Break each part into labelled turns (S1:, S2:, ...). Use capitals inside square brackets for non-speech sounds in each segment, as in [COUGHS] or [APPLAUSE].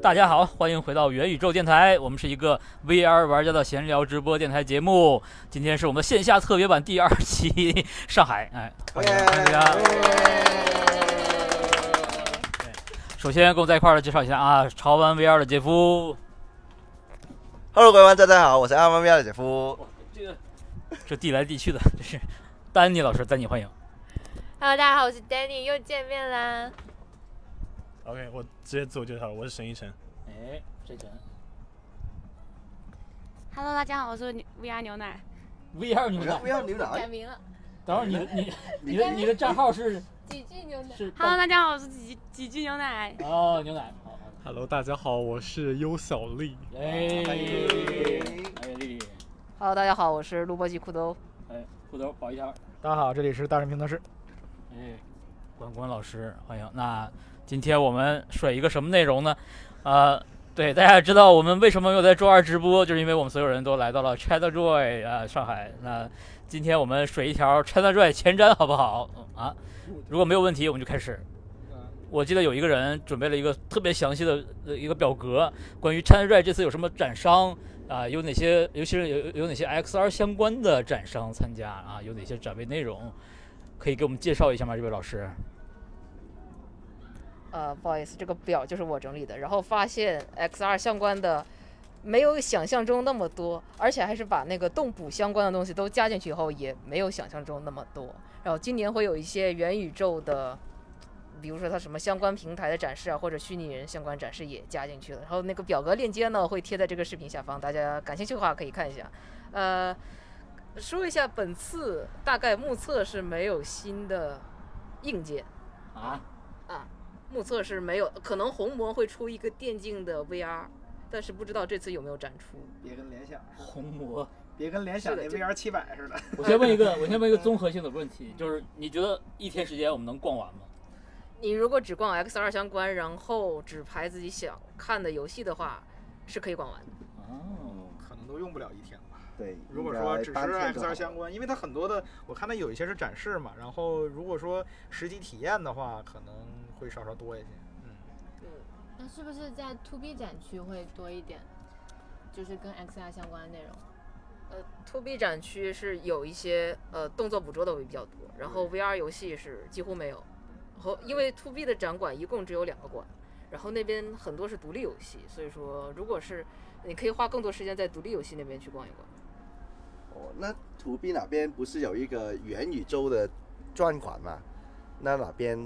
S1: 大家好，欢迎回到元宇宙电台，我们是一个 VR 玩家的闲聊直播电台节目。今天是我们线下特别版第二期， [LAUGHS] 上海，哎，欢迎欢迎大家。对首先跟我在一块儿的介绍一下啊，潮玩 VR 的杰夫，
S2: Hello，各位观众，大家好，我是阿猫喵的姐夫。
S1: 这个这地来地去的，这是丹尼老师，丹尼欢迎。
S3: Hello，大家好，我是 Danny，又见面啦。
S4: OK，我直接自我介绍了，我是沈一晨。
S1: 哎，这人
S5: Hello，大家好，我是牛 VR 牛奶。
S1: VR 你们
S2: 不要牛
S3: 改
S2: 奶，
S3: 名了，
S1: 等会儿你的你你的你的账号是
S3: 几句牛奶。
S1: 是
S5: Hello，大家好，我是几几句牛奶。
S1: 哦牛奶，好，
S4: Hello，大家好，我是优小丽。
S1: 哎，
S2: 欢迎
S1: 哎丽丽，
S6: Hello，大家好，我是录播机裤兜。
S1: 哎裤头保一条，
S7: 大家好，这里是大神评测室。
S1: 哎，关关老师，欢迎。那今天我们水一个什么内容呢？呃，对，大家也知道我们为什么没有在周二直播，就是因为我们所有人都来到了 ChinaJoy 啊、上海。那今天我们水一条 ChinaJoy 前瞻好不好、嗯啊？如果没有问题，我们就开始。我记得有一个人准备了一个特别详细的呃一个表格，关于 ChinaJoy 这次有什么展商啊、有哪些，尤其是有有有哪些 XR 相关的展商参加啊，有哪些展位内容，可以给我们介绍一下吗？这位老师？
S6: 呃，不好意思，这个表就是我整理的，然后发现 XR 相关的没有想象中那么多，而且还是把那个动捕相关的东西都加进去以后，也没有想象中那么多。然后今年会有一些元宇宙的，比如说它什么相关平台的展示啊，或者虚拟人相关展示也加进去了。然后那个表格链接呢会贴在这个视频下方，大家感兴趣的话可以看一下。呃，说一下本次大概目测是没有新的硬件。
S1: 啊，
S6: 目测是没有，可能红魔会出一个电竞的 VR，但是不知道这次有没有展出。
S8: 别跟联想，
S1: 红魔。
S8: 别跟联
S6: 是
S8: 想
S6: 的
S8: 那
S6: 就
S8: VR 七百似的。
S1: [LAUGHS] 我先问一个，我先问一个综合性的问题，就是你觉得一天时间我们能逛完吗？
S6: 你如果只逛 XR 相关，然后只排自己想看的游戏的话，是可以逛完的。
S1: 哦，
S8: 可能都用不了一 [LAUGHS] 天
S2: 嗯
S8: 吧。
S2: 对，
S8: 如果说只是
S2: 应该搬迁就好
S8: XR 相，关，因为它很多的，我看它有一些是展示嘛，然后如果说实际体验的话，可能会稍稍多一些。嗯，
S3: 那是不是在 To B 展区会多一点？就是跟 XR 相关的内容。
S6: 呃，To B 展区是有一些呃动作捕捉的会比较多，然后 VR 游戏是几乎没有。然后因为 To B 的展馆一共只有两个馆，然后那边很多是独立游戏，所以说如果是你可以花更多时间在独立游戏那边去逛一逛。
S2: 哦，那图币那边不是有一个元宇宙的专款吗？那哪边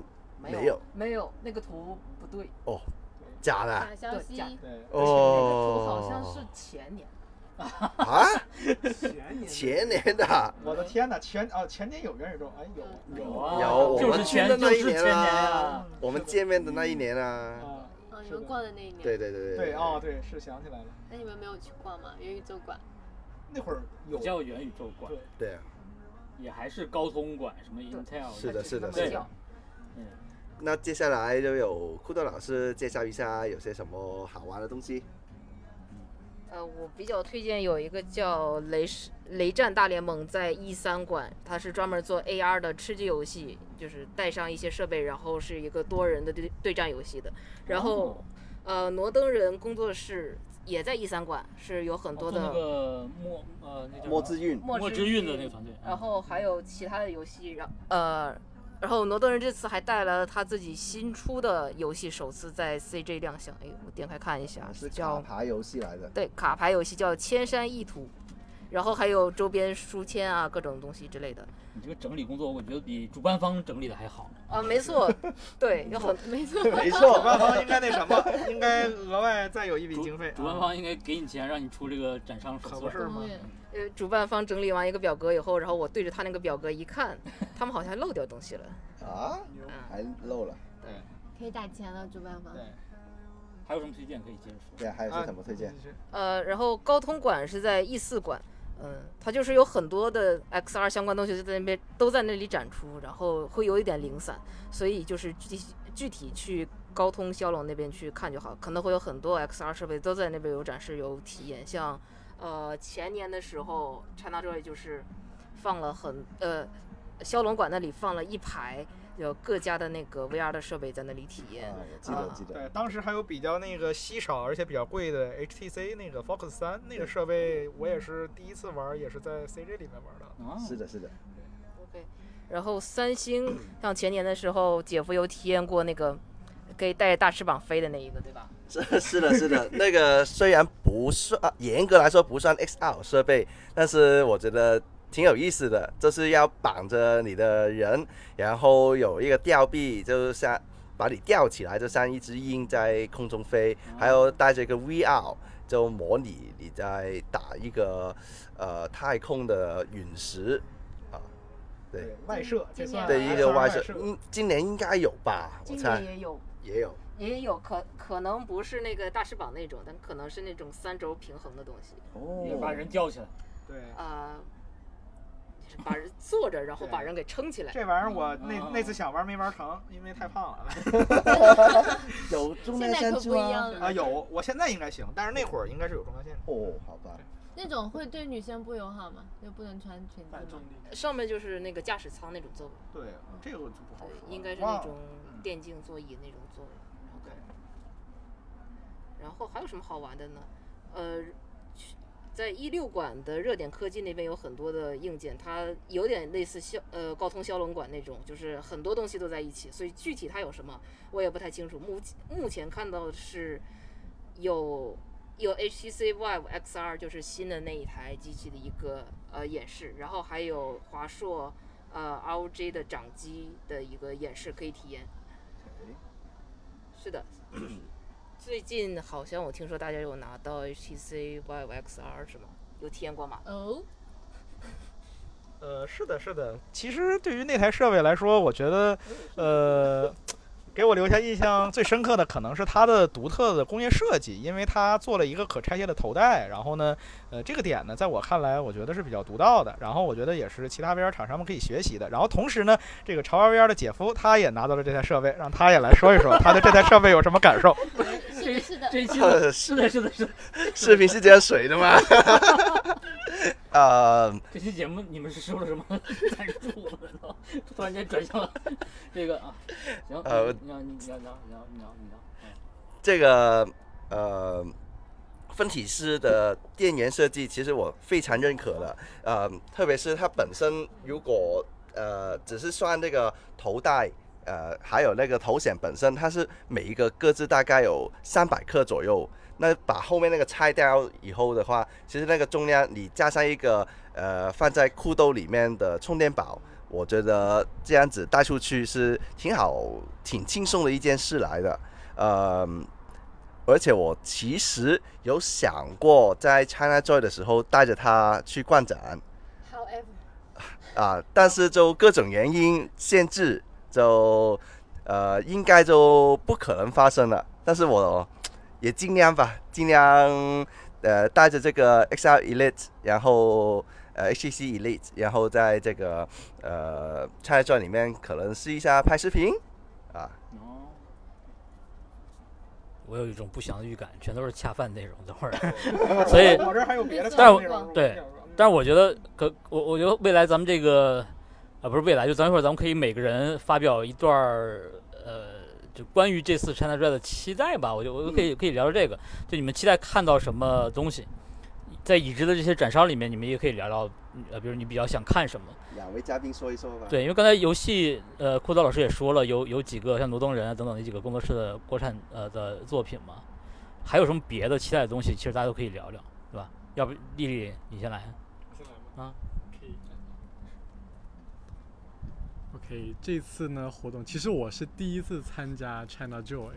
S2: 没有，
S6: 没有，那个图不对。
S2: 假的？啊
S3: 假消息
S6: 对假
S4: 对，
S6: 而且那个图好像
S2: 哦
S6: 是前年，
S2: 啊，
S8: 前年
S2: 前年
S8: [LAUGHS]
S2: 的，啊
S8: 我的天哪，前哦前年有元宇宙，哎有
S1: 有
S8: 啊，
S1: 啊，
S2: 有
S1: 就
S2: 我
S1: 是
S2: 们
S1: 前
S2: 去的
S1: 就
S2: 那一
S1: 是前
S2: 年
S1: 年
S2: 啊
S1: 啊，
S2: 我们见面的那一年啊。
S8: 啊
S3: 嗯，你
S8: 是
S3: 们
S8: 的
S3: 逛的那一年。
S2: 对。对对
S8: 对哦，对是想起来了，
S3: 那你们没有去逛吗？元宇宙馆。
S8: 那会儿有
S1: 不叫元宇宙馆，
S8: 对
S2: 对啊，
S1: 也还是高通馆，什么 Intel
S2: 是的，是的，
S1: 对
S2: 是的。那接下来就有酷豆老师介绍一下有些什么好玩的东西。
S6: 呃，我比较推荐有一个叫《雷士雷战大联盟》在一三馆，它是专门做 AR 的吃鸡游戏，就是带上一些设备，然后是一个多人的对对战游戏的。然后，
S1: 哦
S6: 呃，挪登人工作室也在一 E 三馆，是有很
S1: 很
S6: 哦
S1: 哦
S6: 多
S1: 那
S6: 的。
S1: 个墨呃那叫
S2: 莫之韵，
S1: 墨之韵的那个团队，啊
S6: 然后还有其他的游戏，然呃，然后挪登人这次还带来了他自己新出的游戏，首次在 CJ 亮相。哎，我点开看一下，叫
S2: 牌游戏来的。
S6: 对，卡牌游戏叫《千山意图》，然后还有周边书签啊，各种东西之类的。
S1: 你这个整理工作，我觉得比主办方整理的还好。
S6: 啊，没错，对，有很
S3: [LAUGHS] 没错。
S2: 没
S8: 主
S2: 错，
S8: 办方应该那什么，应该额外再有一笔经费。啊
S1: 主办方应该给你钱，让你出这个展商手
S8: 可
S1: 册。
S8: 不是吗？
S6: 呃，主办方整理完一个表格以后，然后我对着他那个表格一看，他们好像漏掉东西了。
S2: 啊，
S6: 嗯，
S2: 还漏了。
S3: 可以打钱了，主办方。
S8: 对
S1: 还有什么推荐可以接着说？
S2: 对啊，还有
S8: 啊
S2: 些什么推荐？？
S6: 呃，然后高通馆是在 E 四馆，嗯，它就是有很多的 XR 相关东西就在那边都在那里展出，然后会有一点零散，所以就是具体具体去高通骁龙那边去看就好，可能会有很多 XR 设备都在那边有展示有体验，像呃前年的时候 ChinaJoy 就是放了很呃骁龙馆那里放了一排有各家的那个 VR 的设备在那里体验
S2: 啊。，我记得
S6: 啊
S2: 记得，
S8: 对，当时还有比较那个稀少而且比较贵的 HTC 那个 Focus 三那个设备，我也是第一次玩，也是在 CJ 里面玩的。
S1: 哦
S2: 是的，是的，
S6: OK，然后三星像前年的时候，姐夫有体验过那个可以带着大翅膀飞的那一个，对吧？
S2: [LAUGHS] 是是的，是的。那个虽然不算，严格来说不算 XR 设备，但是我觉得挺有意思的，就是要绑着你的人，然后有一个吊臂，就像把你吊起来，就像一只鹰在空中飞，还有带着一个 VR。就模拟你在打一个呃太空的陨石，对
S8: 外设这
S3: 今
S8: 算
S3: 年
S2: 对
S3: 还
S2: 一
S8: 还
S2: 个
S8: 算
S2: 外设
S8: 设，，
S2: 嗯，今年应该有吧？我
S6: 今年
S2: 猜
S6: 也有，
S2: 也有。
S6: 也有可可能不是那个大翅膀那种，但可能是那种三轴平衡的东西，
S1: 也
S2: 哦
S1: 把人吊起
S2: [LAUGHS]
S1: 来，
S8: 对。
S6: 啊，就是把人坐着，然后把人给撑起来。
S8: 这玩意儿我那
S1: 嗯
S8: 那次想玩没玩成，因为太胖了
S2: 有钟
S3: 现
S2: 南
S3: 在
S2: 山
S3: 可
S2: 猪
S3: 不一样
S2: 啊。
S8: 啊。
S3: 了，
S8: 有，我现在应该行，但是那会儿应该是有中断线的。
S2: 哦，好 [LAUGHS] 吧。
S3: 那种会对女生不友好吗？就不能穿裙子吗？
S8: 力。
S6: 上面就是那个驾驶舱那种座位，
S8: 对，嗯这个就不好
S6: 对
S8: 说了。，
S6: 应该是那
S8: 忘
S6: 种
S8: 了
S6: 电竞座椅那种座位。然后
S8: 对
S6: 然后还有什么好玩的呢？呃，去在一六馆的热点科技那边有很多的硬件，它有点类似骁呃高通骁龙馆那种，就是很多东西都在一起。所以具体它有什么，我也不太清楚。目目前看到的是有有 HTC Vive XR，就是新的那一台机器的一个呃演示，然后还有华硕呃 ROG 的掌机的一个演示可以体验。是的，最近好像我听说大家有拿到 HTC Vive XR 是吗？有体验过吗？
S3: 哦，
S8: 呃，是的，是的。其实对于那台设备来说，我觉得，呃，给我留下印象最深刻的可能是它的独特的工业设计，因为它做了一个可拆卸的头戴。然后呢，呃，这个点呢，在我看来，我觉得是比较独到的。然后我觉得也是其他 VR 厂商们可以学习的。然后同时呢，这个潮玩 VR 的姐夫他也拿到了这台设备，让他也来说一说他对这台设备有什么感受。
S3: 是的，是的，
S1: 这
S2: [LAUGHS]
S1: 一期的
S2: 呃，
S1: 是的，是的，是的，
S2: 视频是这样水的吗？ [LAUGHS] 呃，
S1: 这期节目你们是受了什么 [LAUGHS] 赞助了都？ [LAUGHS] 突然间转向了 [LAUGHS] 这个啊，行，
S2: 呃
S1: 你要你要你要你要你要你要，嗯
S2: 这个呃，分体式的电源设计，其实我非常认可的。呃，特别是它本身，如果呃只是算这个头戴，呃，还有那个头显本身，它是每一个各自大概有三百克左右。那把后面那个拆掉以后的话，其实那个重量你加上一个呃放在裤兜里面的充电宝，我觉得这样子带出去是挺好、挺轻松的一件事来的。呃，而且我其实有想过在 China Joy 的时候带着它去逛展啊，但是就各种原因限制，就呃应该就不可能发生了。但是我也尽量吧，尽量呃带着这个 XR Elite，然后呃 HTC Elite，然后在这个呃 China Joy 里面可能试一下拍视频啊。
S1: 哦，我有一种不祥的预感，全都是恰饭内容。等会儿， [LAUGHS] 所以
S8: 我这儿还有别的
S1: 但
S8: 项
S1: 是
S8: 目
S1: 我
S8: 内容，
S1: 对
S8: 我跟你说
S1: 但是我觉得可我我觉得未来咱们这个啊不是未来，就咱一会儿咱们可以每个人发表一段儿呃，就关于这次 China Drive 的期待吧。我就我就可以可以聊聊这个，就你们期待看到什么东西，在已知的这些展商里面，你们也可以聊聊呃，比如你比较想看什么。
S2: 两位嘉宾说一说吧。
S1: 对，因为刚才游戏，呃，酷刀老师也说了，有有几个像挪动人啊等等那几个工作室的国产呃的作品嘛，还有什么别的期待的东西，其实大家都可以聊聊，对吧？要不丽丽你先来，
S7: OK，这次呢活动，其实我是第一次参加 China Joy，、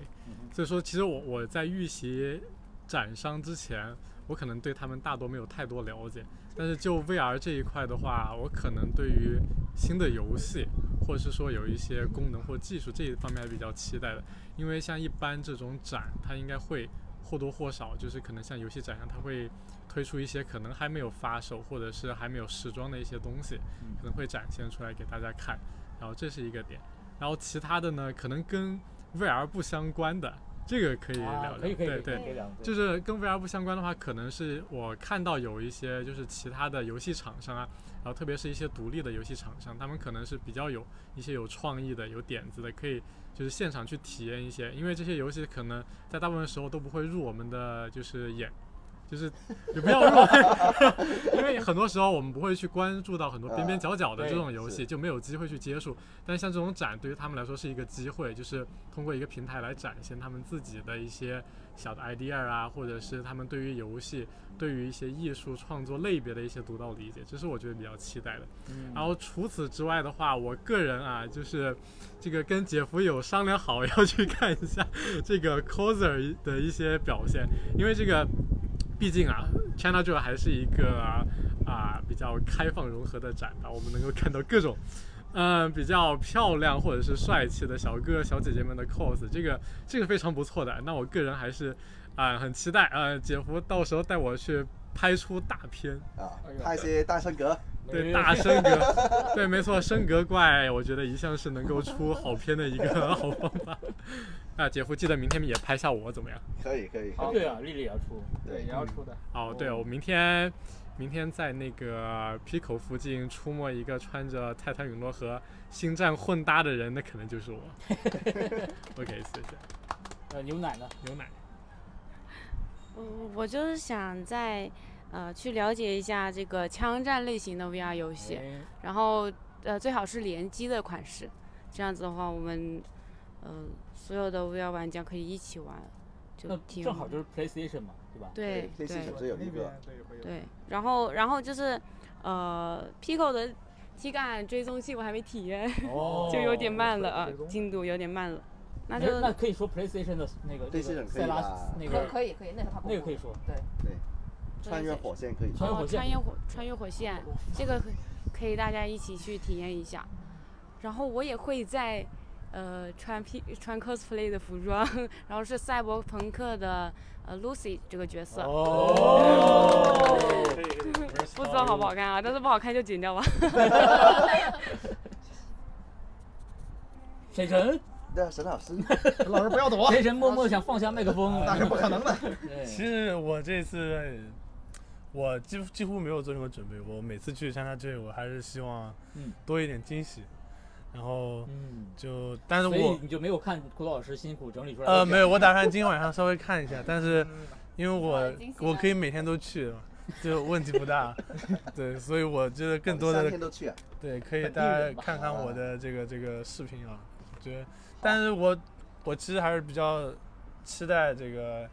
S7: 所以说其实我我在预习展商之前，我可能对他们大多没有太多了解，但是就 VR 这一块的话，我可能对于新的游戏，或者是说有一些功能或技术这一方面还比较期待的，因为像一般这种展，它应该会或多或少就是可能像游戏展一样，它会推出一些可能还没有发售或者是还没有时装的一些东西，
S1: 嗯
S7: 可能会展现出来给大家看。然后这是一个点，然后其他的呢，可能跟 VR 不相关的，这个可以聊
S1: 啊
S7: 聊，
S1: 可以可以
S7: 对
S1: 可以
S7: 对
S1: 可以聊，对
S7: 就是跟 VR 不相关的话，可能是我看到有一些就是其他的游戏厂商啊，然后特别是一些独立的游戏厂商，他们可能是比较有一些有创意的、有点子的，可以就是现场去体验一些，因为这些游戏可能在大部分时候都不会入我们的就是眼。就是 [LAUGHS] 也不要入我们，因为很多时候我们不会去关注到很多边边角角的这种游戏，就没有机会去接触。但是像这种展对于他们来说是一个机会，就是通过一个平台来展现他们自己的一些小的 idea 啊，或者是他们对于游戏、对于一些艺术创作类别的一些独到理解，这是我觉得比较期待的。
S9: 嗯
S7: 然后除此之外的话，我个人啊，就是这个跟姐夫有商量好要去看一下这个 coser 的一些表现，因为这个毕竟啊，China Joy 还是一个啊比较开放融合的展吧，我们能够看到各种。嗯，比较漂亮或者是帅气的小哥小姐姐们的 cos，这个这个非常不错的。那我个人还是啊、很期待啊、呃姐夫到时候带我去拍出大片。
S2: 啊，拍一些大升格，
S7: [LAUGHS] 对，大升 [LAUGHS] 格，对，没错，升格怪，我觉得一向是能够出好片的一个 [LAUGHS] 好方法。啊，姐夫，记得明天也拍下我，怎么样？
S2: 可以可以，
S1: 啊对啊，丽丽也要出，嗯
S2: 对
S1: 也要出的。
S7: 哦，对，我明天，明天在那个 Pico 附近出没一个穿着泰坦陨落和星战混搭的人，那可能 [LAUGHS] 就是我。OK，谢谢。
S1: 呃，牛奶呢？
S7: 牛奶，
S5: 我我就是想在呃去了解一下这个枪战类型的 VR 游戏，
S1: 哎
S5: 然后呃最好是联机的款式，这样子的话我们呃所有的 VR 玩家可以一起玩，就
S1: 那
S5: 挺
S1: 正好就是 PlayStation 嘛，对吧？
S5: 对
S2: 这
S5: 对
S8: 嗯
S2: 期总是有一个，
S5: 对，然后然后就是呃 Pico 的体感追踪器我还没体验，
S1: 哦
S5: 就有点慢了啊
S8: 追踪，
S5: 进度有点慢了，那
S1: 没事
S2: 哎
S5: 就
S1: 那可以说 PlayStation 的那个那个
S2: PlayStation 可以
S1: 塞拉
S2: 吧
S1: 那
S10: 可
S1: 个
S8: 啊
S10: 可以可以，那是他公布
S1: 那个可以
S10: 的
S1: 说
S10: 对。
S2: 穿越火线可以
S1: 穿越
S5: 哦
S1: 火线
S5: 穿越火穿越火线，这个可可以大家一起去体验一下。然后我也会在呃穿 P 穿 cosplay 的服装，然后是赛博朋克的呃 Lucy 这个角色，
S1: 哦，
S5: 不知道好不好看啊，但是不好看就剪掉吧。
S1: 沈晨，
S2: 那啊沈老师，
S8: 老师不要 [LAUGHS] 躲，
S1: 沈晨默默想放下麦克风，
S8: 那是不可能的。
S1: 对
S7: 其
S1: [LAUGHS] 其实
S7: 实我这次我几乎几乎没有做任何准备，我每次去参加这，我还是希望
S1: 嗯
S7: 多一点惊喜。然后
S1: 嗯，
S7: 就，但是
S1: 所
S7: 我
S1: 以你就没有看顾老师辛苦整理出来的
S7: 呃
S1: 表
S7: 没有，我打算今天晚上稍微看一下，但是
S4: 嗯
S7: 因为我我
S5: 啊
S7: 可以每天都去，就问题不
S5: [LAUGHS]
S7: 大。对，所以我觉得 [LAUGHS] 更多
S2: 三
S7: 的
S2: 天都去啊，
S7: 对，可以
S1: 本地
S7: 大家
S1: 人吧
S7: 看看我的这个这个视频啊，我觉得，但是我我其实还是比较期待这个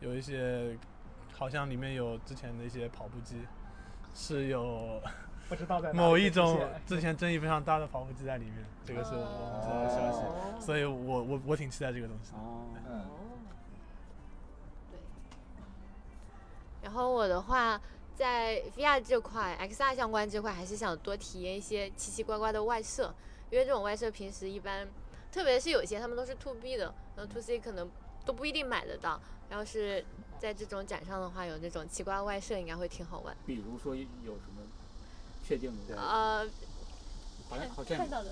S7: 有一些，好像里面有之前的一些跑步机，是有
S8: 不知道在
S7: 某一种之前争议非常大的跑步机在里面，这个是我我知道的消息，
S2: 哦
S7: 所以我我我挺期待这个东西的。
S1: 哦，
S2: 嗯，
S3: 然后我的话，在 VR 这块、XR 相关这块，还是想多体验一些奇奇怪怪的外设，因为这种外设平时一般，特别是有些他们都是 to B 的，然后 to C 可能都不一定买得到。要是在这种展上的话，有那种奇怪的外设，应该会挺好玩。
S1: 比如说有什么确定的？
S3: 呃，
S1: 好像好像
S3: [LAUGHS] 到的，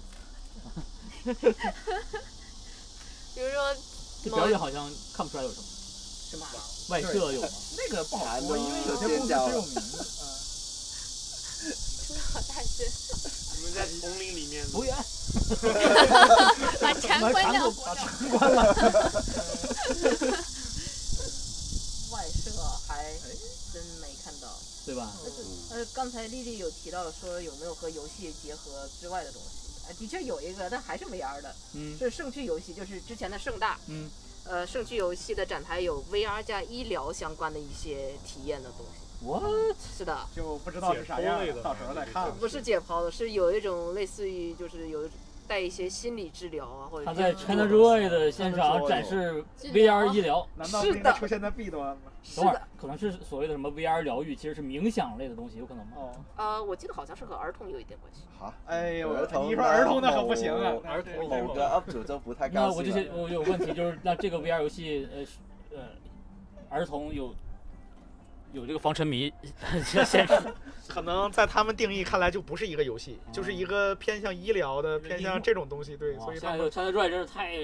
S3: 比如说
S1: 这表演好像看不出来有什么
S8: 什么？
S1: 外设有吗？
S8: 那个不好
S1: 说因为有
S2: 些公司是有
S8: 名的。
S3: 出道大师
S11: 你们在丛林里面
S1: 服务员，
S3: 把蝉关掉，关了。
S6: 外设还真没看到。
S1: 对吧？
S6: 呃，刚才丽丽有提到说有没有和游戏结合之外的东西，哎，的确有一个，但还是 VR 的，
S1: 嗯
S6: 是社区游戏，就是之前的盛大，
S1: 嗯，
S6: 呃，社区游戏的展台有 VR 加医疗相关的一些体验的东西。
S1: ，what？
S6: 是的，
S8: 就不知道是啥样
S11: 解剖类
S8: 了，
S11: 的
S8: 到时候再看。
S6: 不是解剖的，是有一种类似于就是有带一些心理治疗啊，或者
S1: 他
S6: 这
S1: 在
S6: 种
S1: China Joy 的现场展示 VR 医疗，
S8: 难道
S6: 是
S8: 不应该
S6: 的
S8: 出现在 B 端吗？
S6: 是
S1: 等会
S6: 的
S1: 儿，可能是所谓的什么 VR 疗愈，其实是冥想类的东西，有可能吗？
S8: 哦，
S6: 呃，我记得好像是和儿童有一点关系。
S2: 好，
S8: 哎呦，
S2: 儿童
S8: 你一说儿童的可不行啊
S2: 某，
S8: 儿童
S2: 某个 UP 主就不太
S1: 那
S2: 高
S1: 我就
S2: 兴
S1: 是
S2: 了，
S1: 我有问题，就是那这个 VR 游戏，呃是呃，儿童有有这个防沉迷 [LAUGHS] 现实。
S8: 可能在他们定义看来就不是一个游戏，就是一个偏向医疗的、偏向这种东西。对，所
S1: 现
S8: 以他
S1: 在
S8: 们
S1: 有《China Joy》真是太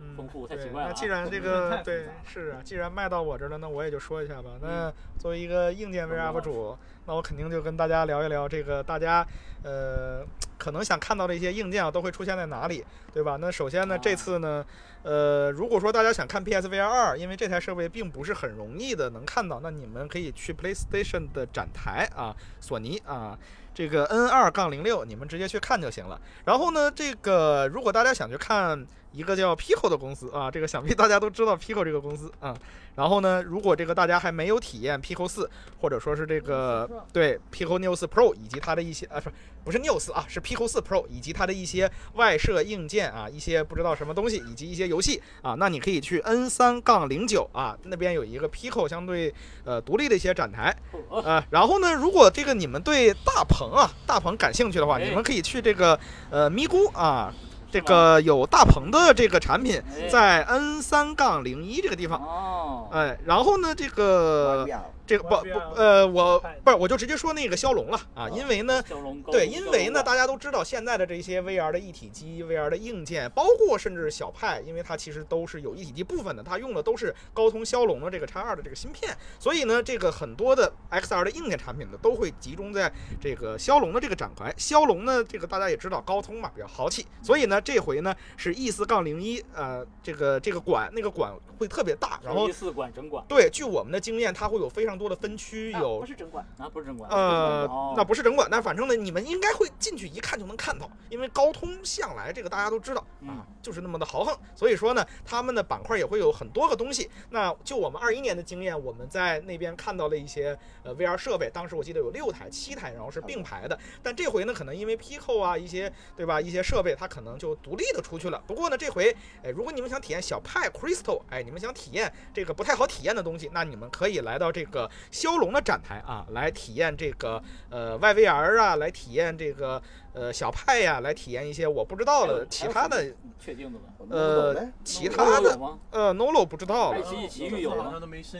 S1: 嗯丰富，太
S8: 对
S1: 奇，怪了啊。
S8: 那既然这 [LAUGHS] 个对是啊，既然卖到我这儿了，那我也就说一下吧。那作为一个硬件 VR UP 主，那我肯定就跟大家聊一聊这个大家呃可能想看到的一些硬件啊，都会出现在哪里，对吧？那首先呢，这次呢，呃，如果说大家想看 PSVR 二，因为这台设备并不是很容易的能看到，那你们可以去 PlayStation 的展台啊，索尼啊。这个 N 二杠零六，你们直接去看就行了。然后呢，这个如果大家想去看一个叫 Pico 的公司啊，这个想必大家都知道 Pico 这个公司啊。然后呢，如果这个大家还没有体验 Pico 四，或者说是这个对 Pico Neo 四 Pro 以及它的一些啊，不是不是 Neo 四啊，是 Pico 四 Pro 以及它的一些外设硬件啊，一些不知道什么东西以及一些游戏啊，那你可以去 N 三杠零九啊那边有一个 Pico 相对呃独立的一些展台啊。然后呢，如果这个你们对大鹏啊大鹏感兴趣的话，你们可以去这个呃咪咕啊。这个有大鹏的这个产品
S1: 哎
S8: 在 N 三杠零一这个地方，
S1: 哦
S8: 哎，然后呢，这个这个不不呃，我不是我就直接说那个骁龙了啊，因为呢，对，因为呢，大家都知道现在的这些 VR 的一体机、VR 的硬件，包括甚至小派，因为它其实都是有一体机部分的，它用的都是高通骁龙的这个 X 二的这个芯片，所以呢，这个很多的 XR 的硬件产品呢，都会集中在这个骁龙的这个展台。骁龙呢，这个大家也知道，高通嘛比较豪气，所以呢，这回呢是 E 四杠零一，呃，这个这个馆那个馆会特别大，然后
S1: 一四馆整馆
S8: 对，据我们的经验，它会有非常多的分区，有
S12: 不是整管，
S1: 啊，不是整馆
S8: 呃
S1: 哦，
S8: 那不是整馆，但反正呢，你们应该会进去一看就能看到，因为高通向来这个大家都知道啊，就是那么的豪横，所以说呢，他们的板块也会有很多个东西。那就我们二一年的经验，我们在那边看到了一些呃 VR 设备，当时我记得有六台、七台，然后是并排的。但这回呢，可能因为 Pico 啊一些对吧一些设备，它可能就独立的出去了。不过呢，这回哎，如果你们想体验小派 Crystal，哎，你们想体验这个不太好体验的东西，那你们可以来到这个骁龙的展台啊，来体验这个呃 YVR 啊，来体验这个呃小派呀、来体验一些我不知道的其他的
S1: 确定的吧？
S8: 呃其他的呃 Nolo 不知道了。
S1: 爱奇艺奇遇有吗？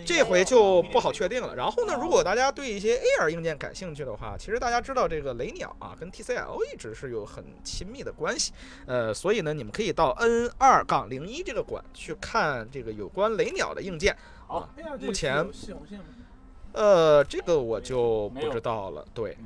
S8: 这回就不好确定了。然后呢，如果大家对一些 AR 硬件感兴趣的话，其实大家知道这个雷鸟啊，跟 TCL 一直是有很亲密的关系。呃，所以呢，你们可以到 N 二杠零一这个馆去看这个有关雷鸟的硬件。
S1: 好
S8: 目前
S13: 系统性
S8: 呃，这个我就不知道了。对，
S1: 嗯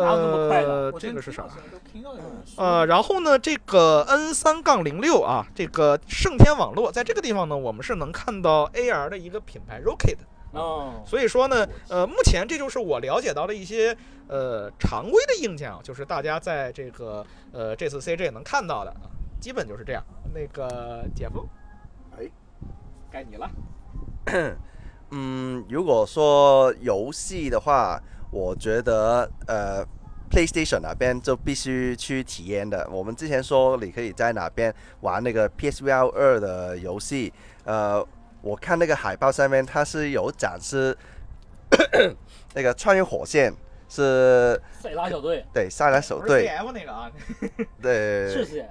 S13: 哪有那么快的
S8: 呃，
S13: 我
S8: 这
S13: 真
S8: 个是啥？
S13: 都听到有人说
S8: 呃，然后呢，这个 N 三杠零六啊，这个胜天网络，在这个地方呢，我们是能看到 AR 的一个品牌 Rocket。
S1: 哦，
S8: 所以说呢，呃，目前这就是我了解到的一些呃常规的硬件啊，就是大家在这个呃这次 CJ 能看到的啊，基本就是这样。那个姐夫，
S2: 哎，
S1: 该你了。
S2: 嗯，如果说游戏的话，我觉得呃，PlayStation 那边就必须去体验的。我们之前说你可以在哪边玩那个 PSVR 二的游戏，呃，我看那个海报上面它是 [COUGHS] 有展示那个穿越火线是
S1: 塞拉小队
S2: 对塞拉手队，
S8: CF 那个啊，呃
S2: 对，
S1: 是 CF，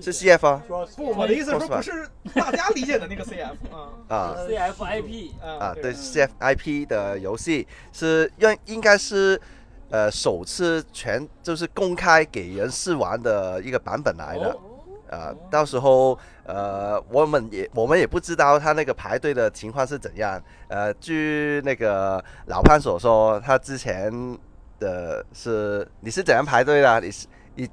S2: 是 CF 啊
S8: 不，我的意思说不是大家理解的那个 CF 啊
S2: 啊
S1: 呃 CFIP
S8: 呃
S2: 啊，对 CFIP 的游戏是应应该是呃首次全就是公开给人试玩的一个版本来的。啊，到时候呃，我们也我们也不知道他那个排队的情况是怎样。呃，据那个老潘所说，他之前的是你是怎样排队的？你是你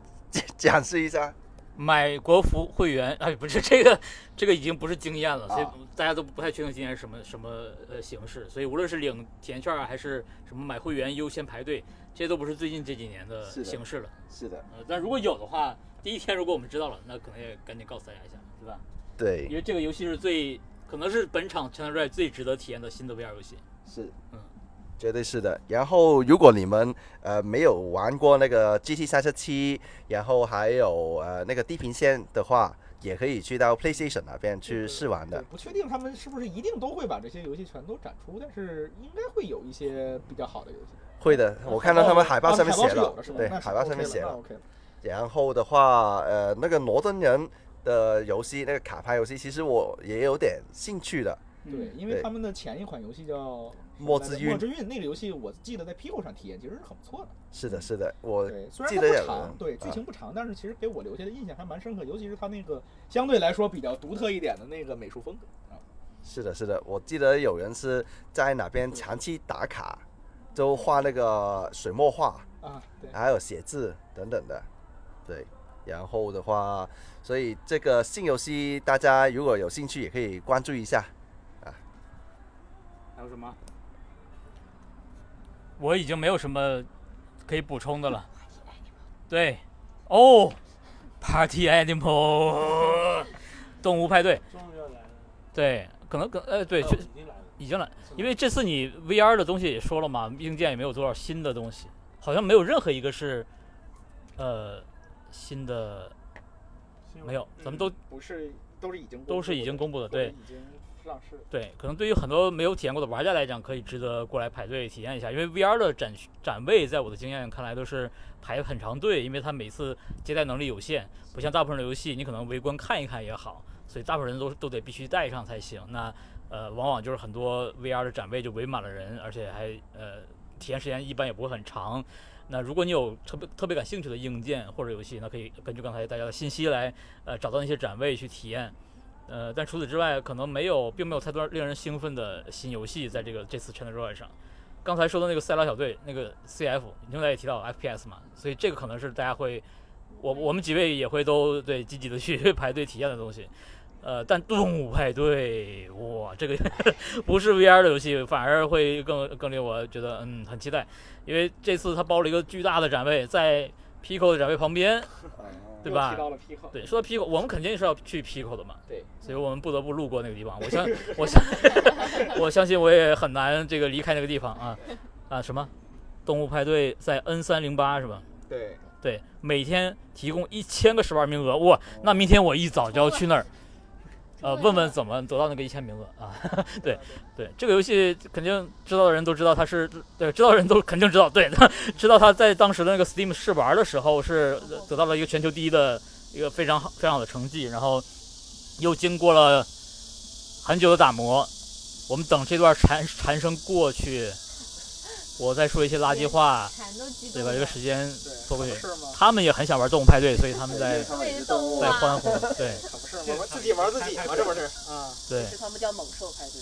S2: 讲示一下。
S1: 买国服会员，哎，不是这个，这个已经不是经验了，所以大家都不太确定今年是什么什么呃形式，所以无论是领钱券啊，还是什么买会员优先排队，这些都不是最近这几年的
S2: 是的
S1: 形式了。
S2: 是的，
S1: 呃，但如果有的话，第一天如果我们知道了，那可能也赶紧告诉大家一下，对吧？
S2: 对
S1: 因，为这个游戏是最可能是本场 China Red 最值得体验的新的 VR 游戏。
S2: 是，
S1: 嗯，
S2: 绝对是的。然后，如果你们呃没有玩过那个 GT 三十七，然后还有呃那个地平线的话，也可以去到 PlayStation 那边去试玩的。
S8: 不确定他们是不是一定都会把这些游戏全都展出，但是应该会有一些比较好的游戏。啊
S2: 会的，我看到他们海报上面写
S8: 海报是有的是吧
S2: 对，
S8: 那是
S2: 海报上面写
S8: OK 了
S2: 然后的话，呃，那个挪登人的游戏，那个卡牌游戏，其实我也有点兴趣的。
S8: 对，因为他们的前一款游戏叫《
S2: 墨之韵
S8: 墨之韵》那个游戏，我记得在 PQ 上体验其实是很不错的。
S2: 是的，是的，我
S8: 嗯对，虽然
S2: 记
S8: 它
S2: 得也啊
S8: 不长，对，剧情不长，但是其实给我留下的印象还蛮深刻，尤其是它那个相对来说比较独特一点的那个美术风格啊。
S2: 是的，是的，我记得有人是在哪边长期打卡，就画那个水墨画
S8: 啊对
S2: 还有写字等等的，对。然后的话，所以这个新游戏大家如果有兴趣也可以关注一下。
S8: 还有什么？
S1: 我已经没有什么可以补充的了。对，哦，Party Animal，动物派对。对，可能可呃对，确已经来，因为这次你 VR 的东西也说了嘛，硬件也没有多少新的东西，好像没有任何一个是呃新的，没有，咱们都
S8: 不是都是已经
S1: 都是已经公布的，对，
S8: 已经上市。
S1: 对，可能对于很多没有体验过的玩家来讲，可以值得过来排队体验一下。因为 VR 的展展位，在我的经验看来都是排很长队，因为它每次接待能力有限，不像大部分的游戏，你可能围观看一看也好，所以大部分人都都得必须带上才行。那呃，往往就是很多 VR 的展位就围满了人，而且还呃体验时间一般也不会很长。那如果你有特别特别感兴趣的硬件或者游戏，那可以根据刚才大家的信息来呃找到那些展位去体验。呃，但除此之外，可能没有，并没有太多令人兴奋的新游戏在这个这次 China Joy 上。刚才说的那个塞拉小队，那个 CF，牛仔也提到 FPS 嘛，所以这个可能是大家会，我我们几位也会都对积极的去 [LAUGHS] 排队体验的东西。呃，但动物派对，哇，这个 [LAUGHS] 不是 VR 的游戏，反而会更更令我觉得嗯很期待，因为这次它包了一个巨大的展位，在 Pico 的展位旁边，对吧？
S8: 又提到了 Pico
S1: 对，说到 Pico，我们肯定是要去 Pico 的嘛，
S8: 对，
S1: 所以我们不得不路过那个地方。我相我相 [LAUGHS] 我相信我也很难这个离开那个地方啊啊什么？动物派对在 N 三零八是吧？
S8: 对，
S1: 对，每天提供一千个试玩名额，哇，那明天我一早就要去那儿，呃，问问怎么得到那个一千名额 [LAUGHS] 啊？对对，这个游戏肯定知道的人都知道它是，对，知道的人都肯定知道，对， [LAUGHS] 知道它在当时的那个 Steam 试玩的时候是呃得到了一个全球第一的一个非常好非常好的成绩，然后又经过了很久的打磨，我们等这段蝉蝉声过去，我再说一些垃圾话
S6: 对蝉都激，
S1: 对
S6: 动
S1: 吧？这个
S6: 了
S1: 时间错过去
S8: 是吗，
S1: 他们也很想玩动物派对，所以他们在
S8: 他们也是动物啊
S1: 在欢呼，对。
S8: 可不是我们自己玩自己嘛，这不是啊？
S1: 对
S6: 其实他们叫猛兽派对，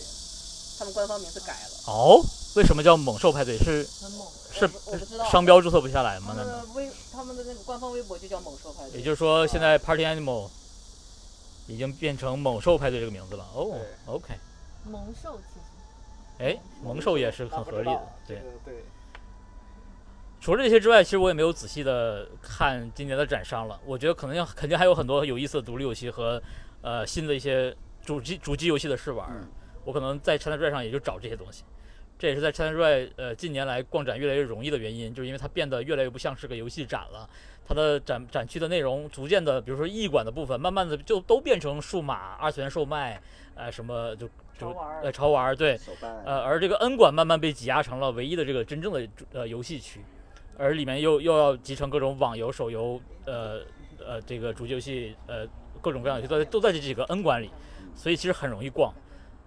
S6: 他们官方名字改了。
S1: 哦，为什么叫猛兽派对？是
S6: 很猛
S1: 是
S6: 我不我不知道
S1: 商标注册不下来吗
S6: 他？
S1: 难
S6: 们
S1: 道
S6: 的微他们的那个官方微博就叫猛兽派对。
S1: 也就是说，现在 Party Animal 已经变成猛兽派对这个名字了。哦，OK，
S6: 萌兽其实。
S1: 哎，猛兽也是很合理的，
S8: 啊
S1: 对。
S8: 对。
S1: 除了这些之外，其实我也没有仔细的看今年的展商了。我觉得可能要肯定还有很多有意思的独立游戏和呃新的一些主机主机游戏的试玩。我可能在 ChinaJoy 上也就找这些东西。这也是在 ChinaJoy 呃近年来逛展越来越容易的原因，就是因为它变得越来越不像是个游戏展了。它的展展区的内容逐渐的，比如说艺馆的部分，慢慢的就都变成数码二次元售卖，呃什么就就呃潮玩儿对，呃而这个 N 馆慢慢被挤压成了唯一的这个真正的主呃游戏区。而里面又又要集成各种网游、手游，呃呃，这个主机游戏，呃，各种各样的游戏都在都在这几个 N 馆里，所以其实很容易逛。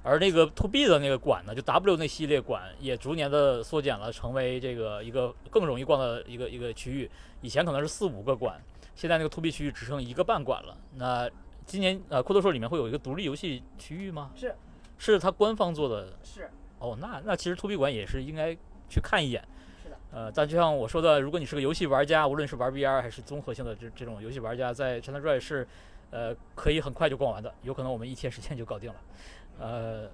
S1: 而那个 To B 的那个馆呢，就 W 那系列馆也逐年的缩减了，成为这个一个更容易逛的一个一个区域。以前可能是四五个馆，现在那个 To B 区域只剩一个半馆了。那今年呃，库特说里面会有一个独立游戏区域吗？
S6: 是，
S1: 是它官方做的。
S6: 是。
S1: 哦，那那其实 To B 馆也是应该去看一眼。
S6: 是的。
S1: 呃，但就像我说的，如果你是个游戏玩家，无论是玩 VR 还是综合性的这这种游戏玩家，在 China Joy 是，呃，可以很快就逛完的，有可能我们一天时间就搞定了。呃，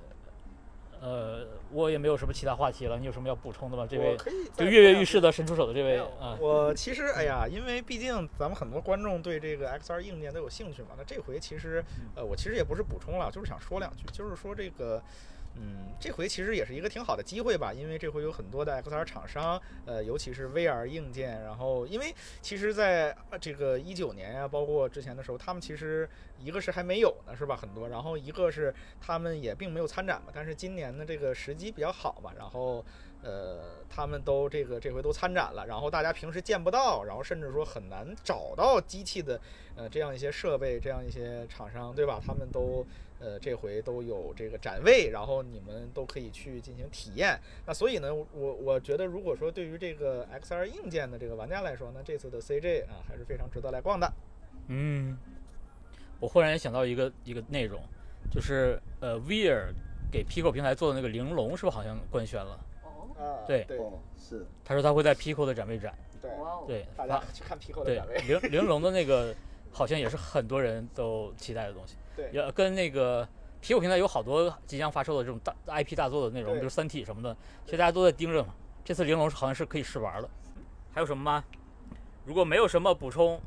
S1: 呃，我也没有什么其他话题了，你有什么要补充的吗？这位
S8: 我可以
S1: 就
S8: 再
S1: 跃跃欲试的伸出手的这位啊，
S8: 我其实哎呀，因为毕竟咱们很多观众对这个 XR 硬件都有兴趣嘛，那这回其实呃，我其实也不是补充了，就是想说两句，就是说这个。嗯，这回其实也是一个挺好的机会吧，因为这回有很多的 XR 厂商，呃，尤其是 VR 硬件，然后因为其实在呃这个一九年呀、包括之前的时候，他们其实一个是还没有呢，是吧？很多，然后一个是他们也并没有参展嘛，但是今年的这个时机比较好吧，然后呃，他们都这个这回都参展了，然后大家平时见不到，然后甚至说很难找到机器的，呃，这样一些设备，这样一些厂商，对吧？他们都呃这回都有这个展位，然后你们都可以去进行体验。那所以呢，我我觉得如果说对于这个 XR 硬件的这个玩家来说呢，这次的 CJ 啊还是非常值得来逛的。
S1: 嗯，我忽然也想到一个一个内容，就是呃，VR 给 Pico 平台做的那个玲珑，是不是好像官宣了？
S8: 啊
S1: 对
S8: 对
S2: 是，
S1: 他说他会在 Pico 的展位展。
S8: 对
S1: 对，
S8: 大家
S1: 发
S8: 去看 Pico 的
S1: 对
S8: 展位。
S1: 玲玲珑的那个好像也是很多人都期待的东西。
S8: 对
S1: 也跟那个 Pico 平台有好多即将发售的这种大 IP 大作的内容，
S8: 对
S1: 比如《三体》什么的，其实大家都在盯着嘛。这次玲珑好像是可以试玩了。还有什么吗？如果没有什么补充，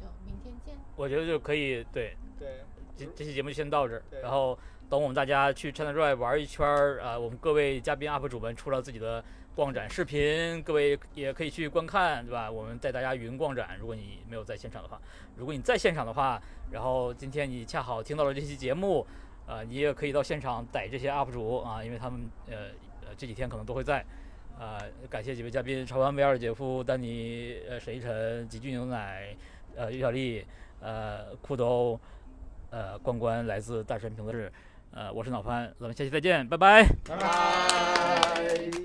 S3: 就明天见。
S1: 我觉得就可以对
S8: 对，
S1: 这这期节目就先到这儿，
S8: 对
S1: 然后等我们大家去 China Joy 玩一圈儿啊、我们各位嘉宾 UP 主们出了自己的逛展视频，各位也可以去观看，对吧？我们带大家云逛展，如果你没有在现场的话，如果你在现场的话，然后今天你恰好听到了这期节目，呃，你也可以到现场逮这些 UP 主啊，因为他们呃呃这几天可能都会在。啊、感谢几位嘉宾：潮玩 VR 姐夫、丹尼、呃沈一晨、极具牛奶、呃于小丽、呃酷斗、呃关关，来自大神评论室。呃，我是脑潘，咱们下期再见，拜拜。
S8: 拜拜。